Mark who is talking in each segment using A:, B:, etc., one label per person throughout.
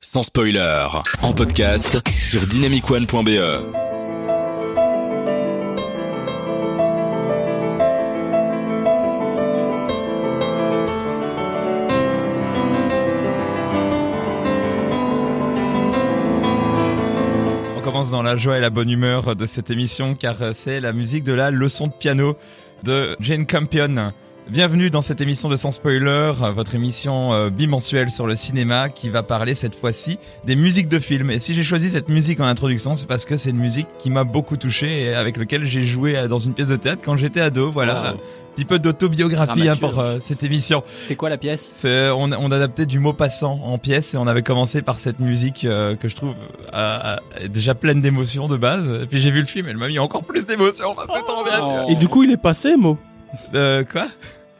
A: sans spoiler, en podcast sur dynamicone.be.
B: On commence dans la joie et la bonne humeur de cette émission car euh, c'est la musique de la leçon de piano de Jane Campion. Bienvenue dans cette émission de Sans Spoiler, votre émission euh, bimensuelle sur le cinéma qui va parler cette fois-ci des musiques de films. Et si j'ai choisi cette musique en introduction, c'est parce que c'est une musique qui m'a beaucoup touché et avec laquelle j'ai joué euh, dans une pièce de théâtre quand j'étais ado. Voilà,
C: Wow.
B: un petit peu d'autobiographie hein, pour euh, cette émission.
C: C'était quoi la pièce
B: C'est, on, on adaptait du mot passant en pièce et on avait commencé par cette musique euh, que je trouve euh, euh, déjà pleine d'émotions de base. Et puis j'ai vu le film, elle m'a mis encore plus d'émotions. Ça fait tant bien, tu
C: Oh.
B: vois.
D: Ah, Et du coup, il est passé, Mo.
B: Euh, quoi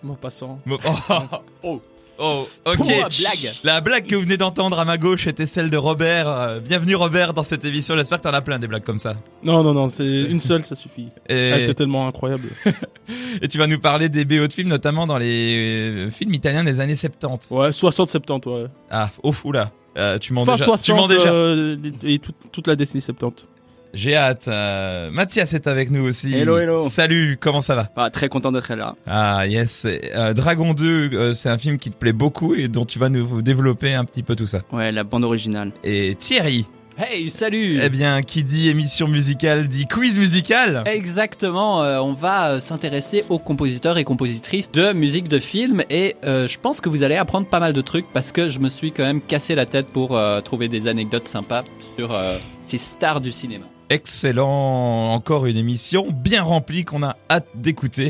C: Mon passant.
B: Bon, oh,
C: Oh.
B: Oh, ok.
C: Oh, la blague.
B: La blague que vous venez d'entendre à ma gauche était celle de Robert. Euh, bienvenue Robert dans cette émission. J'espère que t'en as plein des blagues comme ça.
D: Non, non, non, c'est une seule, ça suffit. Elle
B: Et,
D: était tellement incroyable.
B: et tu vas nous parler des BO de films, notamment dans les euh, films italiens des années 70.
D: Ouais, 60-70, ouais.
B: Ah, oh oula. Euh, tu m'en
D: Fin
B: déjà. tu
D: 60
B: m'en déjà.
D: euh, et toute, toute la décennie 70.
B: J'ai hâte. Euh, Mathias est avec nous aussi.
E: Hello, hello.
B: Salut, comment ça va
E: Ah, très content d'être là.
B: Ah, yes. Euh, Dragon 2, euh, c'est un film qui te plaît beaucoup et dont tu vas nous développer un petit peu tout ça.
E: Ouais, la bande originale.
B: Et Thierry,
C: Hey, salut
B: eh bien, qui dit émission musicale dit quiz musical.
C: Exactement, euh, on va euh, s'intéresser aux compositeurs et compositrices de musique de film et euh, je pense que vous allez apprendre pas mal de trucs parce que je me suis quand même cassé la tête pour euh, trouver des anecdotes sympas sur euh, ces stars du cinéma.
B: Excellent, encore une émission bien remplie qu'on a hâte d'écouter.